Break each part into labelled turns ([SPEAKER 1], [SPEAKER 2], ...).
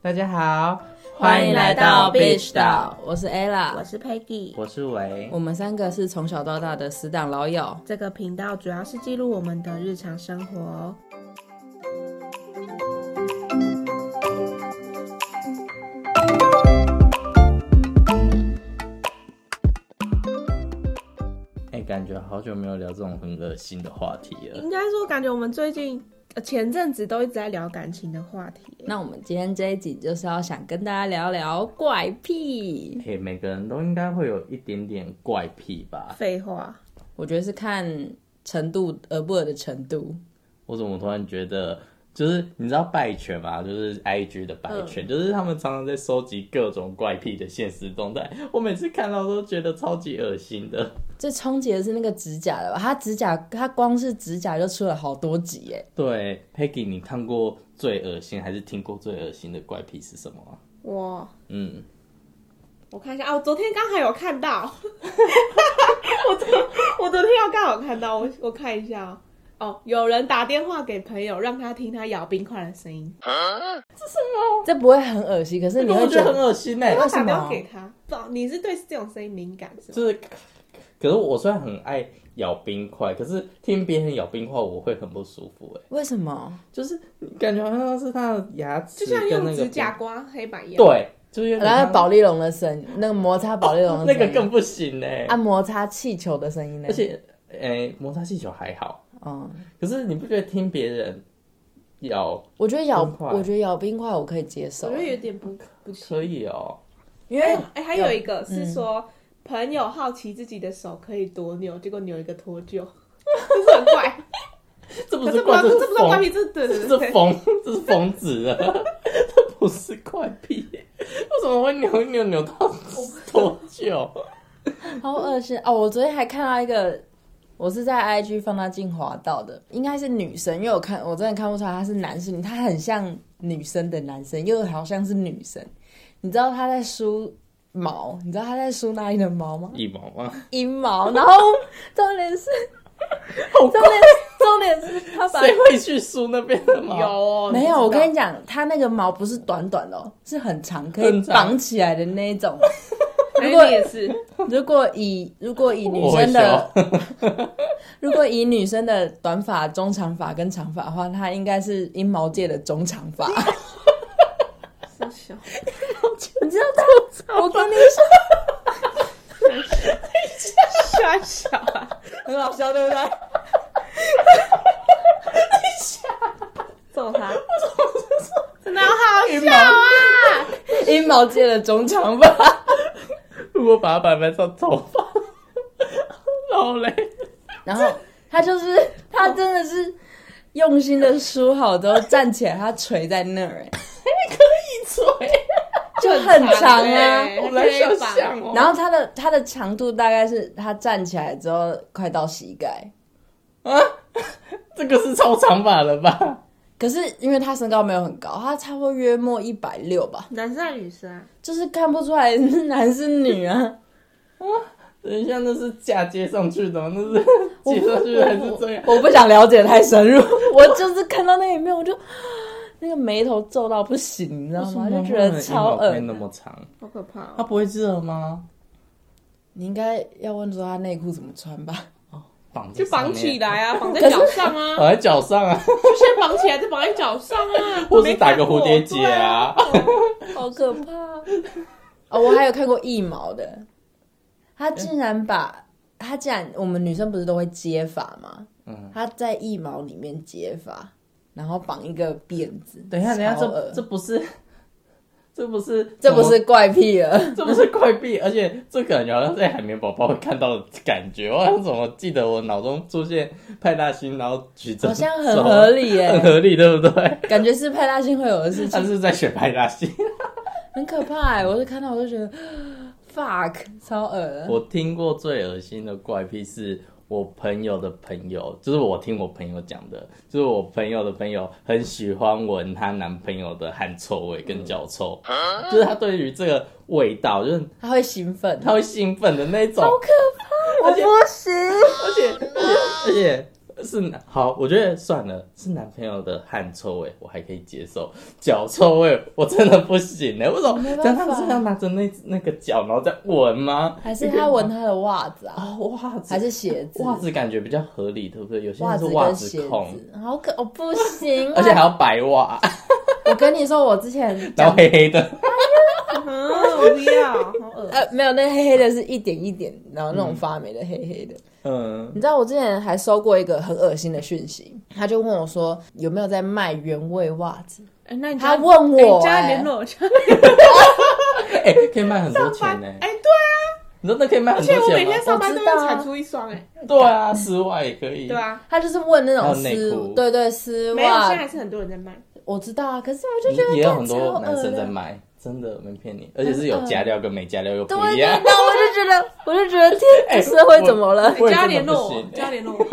[SPEAKER 1] 大家好，
[SPEAKER 2] 欢迎来到 Beach 岛，
[SPEAKER 3] 我是 Ella，
[SPEAKER 2] 我是 Peggy。
[SPEAKER 1] 我是维
[SPEAKER 3] 我。们三个是从小到大的死党老友。
[SPEAKER 2] 这个频道主要是记录我们的日常生活哦。
[SPEAKER 1] 哎、感觉好久没有聊这种很恶心的话题了。
[SPEAKER 2] 应该说，感觉我们最近呃前阵子都一直在聊感情的话题耶。
[SPEAKER 3] 那我们今天这一集就是要想跟大家聊聊怪癖，
[SPEAKER 1] 哎、每个人都应该会有一点点怪癖吧？
[SPEAKER 2] 废话，
[SPEAKER 3] 我觉得是看程度恶不恶的程度。
[SPEAKER 1] 我怎么突然觉得，就是你知道拜犬吗？就是 I G 的拜犬，就是他们常常在收集各种怪癖的现实动态。我每次看到都觉得超级恶心的。
[SPEAKER 3] 最冲击的是那个指甲的吧，他指甲他光是指甲就出了好多集耶。
[SPEAKER 1] 对，Peggy，你看过最恶心还是听过最恶心的怪癖是什么啊？
[SPEAKER 2] 我
[SPEAKER 1] 嗯，
[SPEAKER 2] 我看一下哦，我昨天刚好有看 到，我昨我昨天要刚好看到，我我看一下哦。哦，有人打电话给朋友，让他听他咬冰块的声音。
[SPEAKER 3] 这不会很恶心，可是
[SPEAKER 1] 这
[SPEAKER 3] 你
[SPEAKER 1] 个
[SPEAKER 3] 会
[SPEAKER 1] 我
[SPEAKER 3] 觉
[SPEAKER 1] 觉得很
[SPEAKER 3] 得
[SPEAKER 1] 恶心哎、
[SPEAKER 3] 为什
[SPEAKER 2] 打
[SPEAKER 3] 么
[SPEAKER 2] 电话给他，不，你是对这种声音敏感是吗？
[SPEAKER 1] 就是，可是我虽然很爱咬冰块，可是听别人咬冰块我会很不舒服哎、
[SPEAKER 3] 为什么？
[SPEAKER 1] 就是感觉好像是他的牙齿
[SPEAKER 2] 就像
[SPEAKER 1] 跟那
[SPEAKER 2] 用
[SPEAKER 1] 个
[SPEAKER 2] 指甲刮黑板一样。
[SPEAKER 1] 对，就是有点
[SPEAKER 3] 然
[SPEAKER 1] 像
[SPEAKER 3] 后保利龙的声，那个摩擦保利龙的
[SPEAKER 1] 哦那
[SPEAKER 3] 声音，
[SPEAKER 1] 个更不行哎、
[SPEAKER 3] 啊摩擦气球的声音呢
[SPEAKER 1] 而？且哎、摩擦气球还好，
[SPEAKER 3] 嗯，
[SPEAKER 1] 可是你不觉得听别人咬
[SPEAKER 3] 我觉得咬
[SPEAKER 1] 冰块
[SPEAKER 3] 我觉得咬冰块我可以接受
[SPEAKER 2] 我觉，得有点不不行。
[SPEAKER 1] 可以哦、
[SPEAKER 3] 因
[SPEAKER 2] 哎、
[SPEAKER 3] 为
[SPEAKER 2] 哎还有一个是说、朋友好奇自己的手可以多扭，结果扭一个脱臼， 这是很怪。
[SPEAKER 1] 这不
[SPEAKER 2] 可是
[SPEAKER 1] 是
[SPEAKER 2] 不
[SPEAKER 1] 怪，
[SPEAKER 2] 这
[SPEAKER 1] 这
[SPEAKER 2] 不是
[SPEAKER 1] 是
[SPEAKER 2] 怪癖，
[SPEAKER 1] 疯，
[SPEAKER 2] 这对对
[SPEAKER 1] 这是
[SPEAKER 2] 对对。
[SPEAKER 1] 疯，这是疯子了， 这不是怪癖、欸 为什么会扭一扭扭到多久？
[SPEAKER 3] 好恶心哦！我昨天还看到一个，我是在 IG 放大镜滑到的，应该是女生，因为我看我真的看不出来他是男生，他很像女生的男生，又好像是女生。你知道他在梳毛，你知道他在梳哪里的毛吗？
[SPEAKER 1] 一毛吗？
[SPEAKER 3] 阴毛。 然后重点是，
[SPEAKER 1] 好
[SPEAKER 3] 重
[SPEAKER 1] 怪，
[SPEAKER 3] 点重点是他把
[SPEAKER 1] 谁会去梳那边的毛？
[SPEAKER 2] 有哦，
[SPEAKER 3] 没有，我跟你
[SPEAKER 2] 你
[SPEAKER 3] 讲，他那个毛不是短短的、哦，是很长，可以
[SPEAKER 1] 很长
[SPEAKER 3] 绑起来的那一种。
[SPEAKER 2] 知道，
[SPEAKER 3] 如果
[SPEAKER 2] 哎你也是，
[SPEAKER 3] 如果以如果以女
[SPEAKER 1] 我会
[SPEAKER 3] 生的
[SPEAKER 1] 笑，
[SPEAKER 3] 如果以女生的短发、中长发跟长发的话，她应该是阴毛界的中长 发。
[SPEAKER 2] 是小
[SPEAKER 3] 你知道她？我跟你 说，
[SPEAKER 2] 小小啊，
[SPEAKER 3] 很好笑，对不对？
[SPEAKER 2] 揍他！真的好笑啊！
[SPEAKER 3] 阴毛界的中长发，
[SPEAKER 1] 如果把它摆摆上头发， 然后嘞，
[SPEAKER 3] 然后她就是 她真的是用心的梳好之后站起来，她垂在那儿， 哎，
[SPEAKER 1] 一吹，
[SPEAKER 3] 就很长啊。
[SPEAKER 2] 对
[SPEAKER 1] 我来想象哦。
[SPEAKER 3] 然后她的她的长度大概是她站起来之后快到膝盖，
[SPEAKER 1] 啊，这个是超长发了吧？
[SPEAKER 3] 可是因为她身高没有很高，她差不多约莫一百六吧。
[SPEAKER 2] 男生还是女生啊？
[SPEAKER 3] 就是看不出来是男是女啊。
[SPEAKER 1] 等一下，那是嫁接上去的吗？那是接上去还是这样？
[SPEAKER 3] 我不想了解太深 入，我就是看到那一面，我就 那个眉头皱到不行，你知道吗？就觉得超
[SPEAKER 1] 为什么他
[SPEAKER 3] 恶
[SPEAKER 1] 们的阴毛可以。那么长，
[SPEAKER 2] 好可怕、
[SPEAKER 1] 它
[SPEAKER 2] 哦！
[SPEAKER 1] 不会热吗？
[SPEAKER 3] 你应该要问说他内裤怎么穿吧？
[SPEAKER 1] 绑在
[SPEAKER 2] 就绑
[SPEAKER 1] 上面
[SPEAKER 2] 起，来 啊，绑在脚上啊，
[SPEAKER 1] 绑在脚上啊，
[SPEAKER 2] 就先绑起来，再绑在脚上啊，
[SPEAKER 1] 或是打个蝴蝶结啊。
[SPEAKER 3] 好可怕 哦！我还有看过腋毛的，他竟然把他竟然我们女生不是都会接发吗？
[SPEAKER 1] 嗯，
[SPEAKER 3] 他在腋毛里面接发，然后绑一个辫子。
[SPEAKER 1] 等一下，等一下，
[SPEAKER 3] 超恶
[SPEAKER 1] 这这不是，这不是，
[SPEAKER 3] 这不是怪癖 了。
[SPEAKER 1] 这不是怪癖，而且这感觉好像在海绵宝宝会看到的感觉。我好像怎么记得我脑中出现派大星，然后举着
[SPEAKER 3] 好像很
[SPEAKER 1] 手
[SPEAKER 3] 合理耶、
[SPEAKER 1] 很合理，对不 对？
[SPEAKER 3] 感觉是派大星会有的事
[SPEAKER 1] 他
[SPEAKER 3] 情，
[SPEAKER 1] 是在选派大星。
[SPEAKER 3] 很可怕、欸。我就看到我就觉得 fuck 超恶
[SPEAKER 1] 我听过最恶心的怪癖是，我朋友的朋友，就是我听我朋友讲的，就是我朋友的朋友很喜欢闻她男朋友的汗臭味跟脚臭，
[SPEAKER 3] 啊
[SPEAKER 1] 就是她对于这个味道，就是
[SPEAKER 3] 他会兴奋，
[SPEAKER 1] 她会兴奋的那种，
[SPEAKER 3] 好可怕，我不行。
[SPEAKER 1] 而且 而且而且哎是好，我觉得算了，是男朋友的汗臭味我还可以接受，脚臭味我真的不行哎、为什么
[SPEAKER 3] 没？办法
[SPEAKER 1] 但他不是要拿着那那个脚然后再闻吗？
[SPEAKER 3] 还是他闻他的袜子啊，
[SPEAKER 1] 啊袜子
[SPEAKER 3] 还是鞋子？
[SPEAKER 1] 袜子感觉比较合理，对不对？有些
[SPEAKER 3] 袜
[SPEAKER 1] 人是
[SPEAKER 3] 子
[SPEAKER 1] 袜
[SPEAKER 3] 跟
[SPEAKER 1] 子
[SPEAKER 3] 鞋
[SPEAKER 1] 控，
[SPEAKER 3] 子，好可，我不行啊。
[SPEAKER 1] 而且还要白 袜，
[SPEAKER 3] 我跟你说，我之前
[SPEAKER 1] 然后黑黑的。
[SPEAKER 2] 啊，我不要，好恶
[SPEAKER 3] 呃没有，那黑黑的是一点一点，然后那种发霉的黑黑的。
[SPEAKER 1] 嗯，
[SPEAKER 3] 你知道我之前还收过一个很恶心的讯息，他就问我说有没有在卖原味袜子，
[SPEAKER 2] 哎那你
[SPEAKER 3] 他
[SPEAKER 2] 叫
[SPEAKER 3] 问
[SPEAKER 2] 哎
[SPEAKER 3] 我
[SPEAKER 2] 你加
[SPEAKER 3] 哎
[SPEAKER 2] 联络 我，加
[SPEAKER 1] 哎、可以卖很多钱
[SPEAKER 2] 班
[SPEAKER 1] 呢、
[SPEAKER 2] 哎，对，
[SPEAKER 1] 你知道那可以卖很
[SPEAKER 2] 所以
[SPEAKER 1] 多
[SPEAKER 2] 我每
[SPEAKER 1] 钱吗
[SPEAKER 2] 天？上班都
[SPEAKER 3] 我知
[SPEAKER 2] 要
[SPEAKER 3] 道啊
[SPEAKER 2] 产出一双，哎，
[SPEAKER 1] 对啊，室外也可以。
[SPEAKER 2] 对，啊，
[SPEAKER 3] 他就是问那种
[SPEAKER 1] 还有内
[SPEAKER 3] 丝
[SPEAKER 1] 裤，
[SPEAKER 3] 对对丝
[SPEAKER 2] 没有，现在
[SPEAKER 3] 袜
[SPEAKER 2] 还，是很多人在卖，
[SPEAKER 3] 我知道啊，可是我就觉得
[SPEAKER 1] 也有
[SPEAKER 3] 干
[SPEAKER 1] 很
[SPEAKER 3] 超
[SPEAKER 1] 多
[SPEAKER 3] 恶
[SPEAKER 1] 男生在
[SPEAKER 3] 的。
[SPEAKER 1] 卖，真的没骗你，而且是有加料跟没加料又不
[SPEAKER 3] 对
[SPEAKER 1] 一
[SPEAKER 3] 对
[SPEAKER 1] 样。
[SPEAKER 3] 对，我就觉得，我就觉得 天，这社会怎么了？
[SPEAKER 1] 哎我也真的
[SPEAKER 2] 加联络
[SPEAKER 1] 不
[SPEAKER 2] 我
[SPEAKER 1] 行，
[SPEAKER 2] 加联络 我，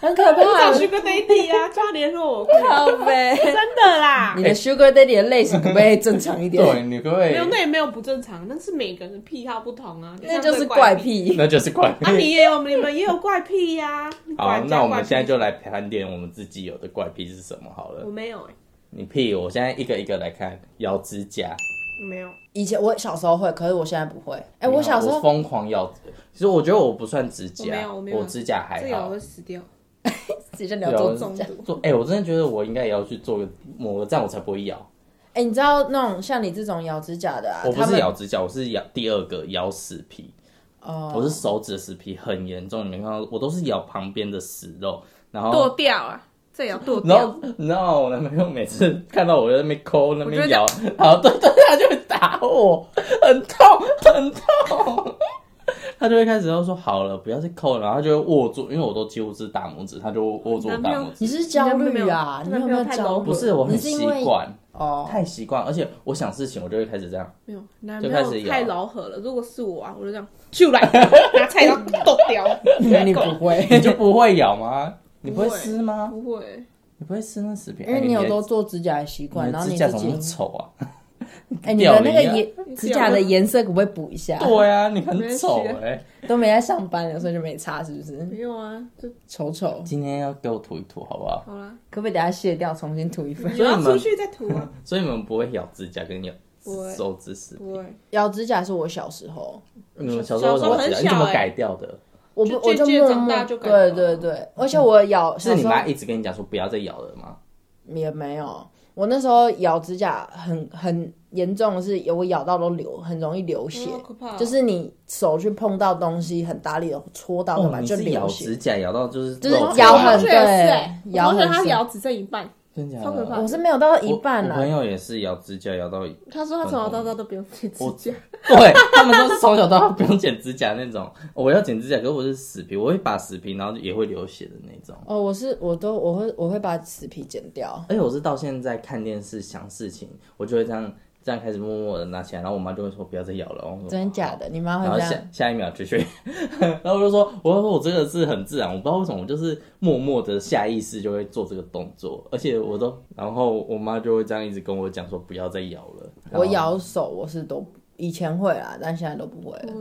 [SPEAKER 3] 很可
[SPEAKER 2] 我
[SPEAKER 3] 怕
[SPEAKER 2] 找，Sugar Daddy 啊，加联络我，
[SPEAKER 3] 靠呗。
[SPEAKER 2] 真的啦
[SPEAKER 3] 你。的 Sugar Daddy 的类型可不可以正常一点？
[SPEAKER 1] 哎对，你可不可以
[SPEAKER 2] 没有，？那也没有不正常，那是每个人的癖好不同啊。
[SPEAKER 3] 那
[SPEAKER 2] 像
[SPEAKER 3] 就是
[SPEAKER 2] 对
[SPEAKER 3] 怪
[SPEAKER 2] 癖。
[SPEAKER 3] 癖。
[SPEAKER 1] 那就是怪
[SPEAKER 2] 啊，你
[SPEAKER 1] 癖。
[SPEAKER 2] 也有，你们也有怪癖呀、你
[SPEAKER 1] 好
[SPEAKER 2] 管，人家
[SPEAKER 1] 那我们
[SPEAKER 2] 怪癖
[SPEAKER 1] 现在就来盘点我们自己有的怪癖是什么好了
[SPEAKER 2] 我。没有哎、
[SPEAKER 1] 你屁，我现在一个一个来看，咬指甲。
[SPEAKER 2] 我没有。
[SPEAKER 3] 以前我小时候会，可是我现在不会。哎、
[SPEAKER 1] 你
[SPEAKER 3] 我
[SPEAKER 1] 好
[SPEAKER 3] 小时候
[SPEAKER 1] 疯狂咬，其实我觉得我不算指
[SPEAKER 2] 我没
[SPEAKER 1] 甲，
[SPEAKER 2] 有我没有
[SPEAKER 1] 指甲
[SPEAKER 2] 这
[SPEAKER 1] 还
[SPEAKER 2] 有
[SPEAKER 1] 好
[SPEAKER 2] 会。死掉，
[SPEAKER 3] 自己在聊做
[SPEAKER 2] 中
[SPEAKER 3] 中奖。
[SPEAKER 2] 毒。
[SPEAKER 1] 做哎、我真的觉得我应该也要去做个抹个，这样我才不会咬。
[SPEAKER 2] 啊
[SPEAKER 3] 哎、你知道那种像你这种咬指甲的、啊，
[SPEAKER 1] 我不
[SPEAKER 3] 他
[SPEAKER 1] 是
[SPEAKER 3] 们
[SPEAKER 1] 咬指甲，我是咬第二个咬死皮，
[SPEAKER 3] 哦，
[SPEAKER 1] 我是手指的死皮很严重，你没看到，我都是咬旁边的死肉，然
[SPEAKER 3] 哦
[SPEAKER 1] 后
[SPEAKER 2] 剁掉啊，这也要剁
[SPEAKER 1] 然
[SPEAKER 2] 掉。
[SPEAKER 1] 后你知道我男朋友每次看到我在那边抠那
[SPEAKER 2] 我
[SPEAKER 1] 边
[SPEAKER 2] 觉得
[SPEAKER 1] 咬，然后对对，他就会打我，很痛 很痛。他就会开始要说好了，不要再抠了，然后他就会握住，因为我都几乎是大拇指，他就握住我大拇指。
[SPEAKER 3] 你是焦虑啊？
[SPEAKER 2] 你
[SPEAKER 3] 你
[SPEAKER 2] 男
[SPEAKER 3] 有
[SPEAKER 2] 朋
[SPEAKER 3] 没
[SPEAKER 2] 友
[SPEAKER 3] 有
[SPEAKER 2] 太
[SPEAKER 3] 焦
[SPEAKER 2] low
[SPEAKER 3] 虑？
[SPEAKER 1] 不是我很
[SPEAKER 3] 你是
[SPEAKER 1] 习
[SPEAKER 3] 因为
[SPEAKER 1] 惯，
[SPEAKER 3] 哦，
[SPEAKER 1] 太习惯，而且我想事情我就会开始这样。
[SPEAKER 2] 没有，男
[SPEAKER 1] 就
[SPEAKER 2] 朋
[SPEAKER 1] 开始
[SPEAKER 2] 友
[SPEAKER 1] 咬
[SPEAKER 2] 太老狠了。如果是我啊，我就这样就来拿菜刀剁 掉。
[SPEAKER 3] 你不会，
[SPEAKER 1] 你就不会咬吗？你不会
[SPEAKER 2] 不会
[SPEAKER 1] 撕吗？
[SPEAKER 2] 不会，
[SPEAKER 1] 你不会撕那食 品？
[SPEAKER 3] 因为你有
[SPEAKER 1] 多
[SPEAKER 3] 都做指甲的习惯，
[SPEAKER 1] 你的
[SPEAKER 3] 然后
[SPEAKER 1] 指
[SPEAKER 3] 你
[SPEAKER 1] 甲
[SPEAKER 3] 自
[SPEAKER 1] 怎么那么
[SPEAKER 3] 己，
[SPEAKER 1] 丑 啊？
[SPEAKER 3] 哎、你的那个
[SPEAKER 1] 屌你
[SPEAKER 3] 颜指甲的颜色可不可以补一下？
[SPEAKER 1] 对啊，你很
[SPEAKER 2] 没
[SPEAKER 1] 丑
[SPEAKER 2] 事
[SPEAKER 1] 哎、
[SPEAKER 3] 都没在上班了，所以就没擦，是不是？
[SPEAKER 2] 没有啊，就
[SPEAKER 3] 丑丑，
[SPEAKER 1] 今天要给我涂一涂好不好？
[SPEAKER 2] 好啦。
[SPEAKER 3] 可不可以等下卸掉，重新涂一份
[SPEAKER 2] 你？
[SPEAKER 1] 所以
[SPEAKER 2] 要
[SPEAKER 1] 你
[SPEAKER 2] 出
[SPEAKER 1] 们
[SPEAKER 2] 去再涂 啊。
[SPEAKER 1] 所以你们不会咬指甲跟咬
[SPEAKER 2] 不会
[SPEAKER 1] 手指食
[SPEAKER 2] 不
[SPEAKER 1] 品？
[SPEAKER 2] 会，
[SPEAKER 3] 咬指甲是我小时候，
[SPEAKER 1] 你们小时候
[SPEAKER 2] 小时候
[SPEAKER 1] 咬指甲，
[SPEAKER 2] 很
[SPEAKER 1] 你怎么
[SPEAKER 2] 小欸
[SPEAKER 1] 改掉的？
[SPEAKER 3] 我不
[SPEAKER 2] 就
[SPEAKER 3] 我就嗯
[SPEAKER 2] 渐渐
[SPEAKER 3] 默
[SPEAKER 2] 长大
[SPEAKER 3] 默
[SPEAKER 2] 就改
[SPEAKER 3] 对
[SPEAKER 2] 掉
[SPEAKER 3] 对对，而且我咬小
[SPEAKER 1] 是你
[SPEAKER 3] 时候
[SPEAKER 1] 妈一直跟你讲说不要再咬了吗？
[SPEAKER 3] 也没有，我那时候咬指甲很很严重的是，有我咬到都流，很容易流血，
[SPEAKER 2] 哦好可怕哦
[SPEAKER 3] 就是你手去碰到东西很大力的戳到干嘛、
[SPEAKER 1] 哦，你
[SPEAKER 3] 就是流
[SPEAKER 1] 咬
[SPEAKER 3] 血。
[SPEAKER 1] 指甲咬到就是
[SPEAKER 3] 就是
[SPEAKER 1] 肉出
[SPEAKER 3] 咬
[SPEAKER 1] 来
[SPEAKER 3] 很
[SPEAKER 2] 我同学
[SPEAKER 1] 了
[SPEAKER 2] 也是
[SPEAKER 3] 对
[SPEAKER 2] 哎，我
[SPEAKER 3] 咬
[SPEAKER 2] 同学
[SPEAKER 3] 很
[SPEAKER 2] 他
[SPEAKER 3] 深
[SPEAKER 2] 咬只剩一半，
[SPEAKER 1] 真假
[SPEAKER 2] 超可怕啊
[SPEAKER 1] 的？
[SPEAKER 3] 我是没有到一半啊啦、
[SPEAKER 1] 我朋友也是咬指甲咬到一，
[SPEAKER 2] 他说他从小到大都不用剪指甲。
[SPEAKER 1] 对他们都是从小到大不用剪指甲那种。哦我要剪指甲，可是我是死皮，我会把死皮，然后也会流血的那种。
[SPEAKER 3] 哦，我是我都我会我会把死皮剪掉，
[SPEAKER 1] 而且我是到现在看电视想事情，我就会这样这样开始默默的拿起来，然后我妈就会说不要再咬了。然后我说
[SPEAKER 3] 真的假？的？你妈会
[SPEAKER 1] 好然后
[SPEAKER 3] 这
[SPEAKER 1] 下
[SPEAKER 3] 样？
[SPEAKER 1] 下一秒继续， 然后我就说，我就说我真的是很自然，我不知道为什么，我就是默默的下意识就会做这个动作，而且我都，然后我妈就会这样一直跟我讲说不要再咬了。
[SPEAKER 3] 我，咬手我是都以前会啊，但现在都不会了，
[SPEAKER 2] 对，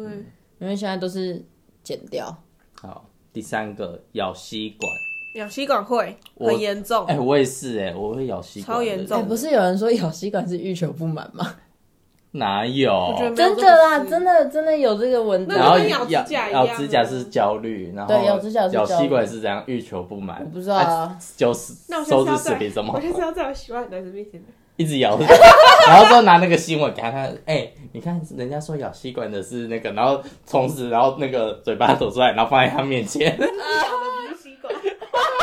[SPEAKER 3] 因为现在都是剪掉。
[SPEAKER 1] 好，第三个咬吸管，
[SPEAKER 2] 咬吸管会
[SPEAKER 1] 我
[SPEAKER 2] 很严重
[SPEAKER 1] 哎、。我也是哎、我会咬吸管
[SPEAKER 2] 超
[SPEAKER 1] 的，
[SPEAKER 2] 严
[SPEAKER 3] 哎、
[SPEAKER 2] 重
[SPEAKER 3] 不是有人说咬吸管是欲求不满吗？
[SPEAKER 1] 哪有？
[SPEAKER 2] 我觉得 没有
[SPEAKER 3] 真
[SPEAKER 2] 这
[SPEAKER 3] 的啦，
[SPEAKER 2] 个事
[SPEAKER 3] 真的真的有这个文章。
[SPEAKER 2] 那
[SPEAKER 1] 然后
[SPEAKER 2] 就跟咬指甲一样
[SPEAKER 1] 咬
[SPEAKER 2] 啊
[SPEAKER 1] 咬指甲是焦虑，然后
[SPEAKER 3] 对咬指甲是焦虑
[SPEAKER 1] 吸管是这样欲求不满。哎
[SPEAKER 3] 我不知道啊
[SPEAKER 1] 就是
[SPEAKER 2] 那我下
[SPEAKER 1] 手
[SPEAKER 2] 次要
[SPEAKER 1] 指死
[SPEAKER 2] 在，
[SPEAKER 1] 皮什么
[SPEAKER 2] 我，下次要在我喜欢的男生
[SPEAKER 3] 啊
[SPEAKER 2] 面前。
[SPEAKER 1] 一直咬， 然后之后拿那个新闻给他看，哎、你看人家说咬吸管的是那个，然后从此然后那个嘴巴走出来，然后放在他面前。
[SPEAKER 2] 咬的吸管，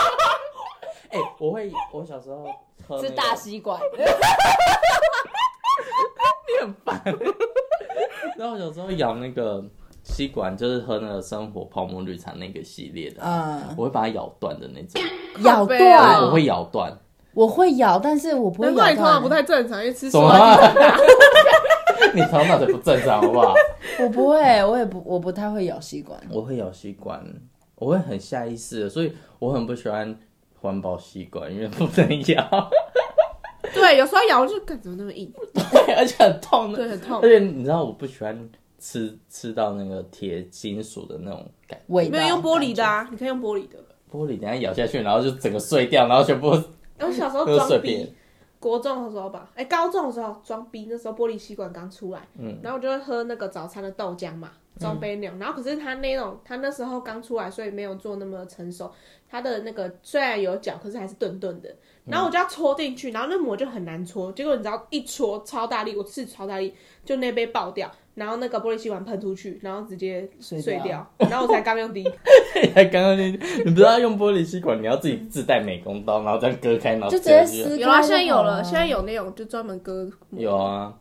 [SPEAKER 1] 哎、我会，我小时候喝、那个
[SPEAKER 3] 是大吸管，
[SPEAKER 1] 然后我小时候咬那个吸管，就是喝那个生活泡沫绿茶那个系列 的，
[SPEAKER 3] 嗯，
[SPEAKER 1] 我会把它咬断的那 种，
[SPEAKER 3] 咬
[SPEAKER 2] 靠背啊
[SPEAKER 3] 断，
[SPEAKER 1] 我会咬断。
[SPEAKER 3] 我会咬，但是我不会
[SPEAKER 2] 难
[SPEAKER 3] 咬
[SPEAKER 2] 怪你头脑
[SPEAKER 3] 断，
[SPEAKER 2] 啊不太正常，因为吃
[SPEAKER 1] 怎
[SPEAKER 2] 素
[SPEAKER 1] 么
[SPEAKER 2] 啊。
[SPEAKER 1] 啊？ 你头脑 才不正常好不好？
[SPEAKER 3] 我不会，我也不，我不太会咬吸管。
[SPEAKER 1] 我会咬吸管，我会很下意识的，所以我很不喜欢环保吸管，因为不能咬，
[SPEAKER 2] 对，有时候咬我就感怎么那么硬，
[SPEAKER 1] 对，而且很痛的，
[SPEAKER 2] 对，很痛
[SPEAKER 1] 而。且你知道我不喜欢吃吃到那个铁金属的那种感
[SPEAKER 3] 味
[SPEAKER 2] 没
[SPEAKER 3] 道
[SPEAKER 2] 有用玻璃的啊，你可以用玻璃的。
[SPEAKER 1] 玻璃，等一下咬下去，然后就整个碎掉，然后全部
[SPEAKER 2] 我小时候
[SPEAKER 1] 都是碎
[SPEAKER 2] 装
[SPEAKER 1] 片
[SPEAKER 2] 逼，。国中的时候吧，哎、高中的时候装逼，那时候玻璃吸管刚出来，
[SPEAKER 1] 嗯
[SPEAKER 2] 然后我就会喝那个早餐的豆浆嘛，装杯那种。然后可是它那种，它那时候刚出来，所以没有做那么成熟。它的那个虽然有角，可是还是钝钝的。然后我就要戳进去，然后那膜就很难戳。结果你知道，一戳超大力，我是超大力，就那杯爆掉，然后那个玻璃吸管喷出去，然后直接
[SPEAKER 3] 碎
[SPEAKER 2] 碎
[SPEAKER 3] 掉
[SPEAKER 2] 掉。然后我才刚用第一，
[SPEAKER 1] 刚刚你你不知道用玻璃吸管，你要自己自带美工刀，然后这样割开，然后
[SPEAKER 3] 就直接
[SPEAKER 1] 进去
[SPEAKER 3] 撕开就好。
[SPEAKER 2] 有啊，现在有 了，现在有那种就专门割膜。
[SPEAKER 1] 有啊，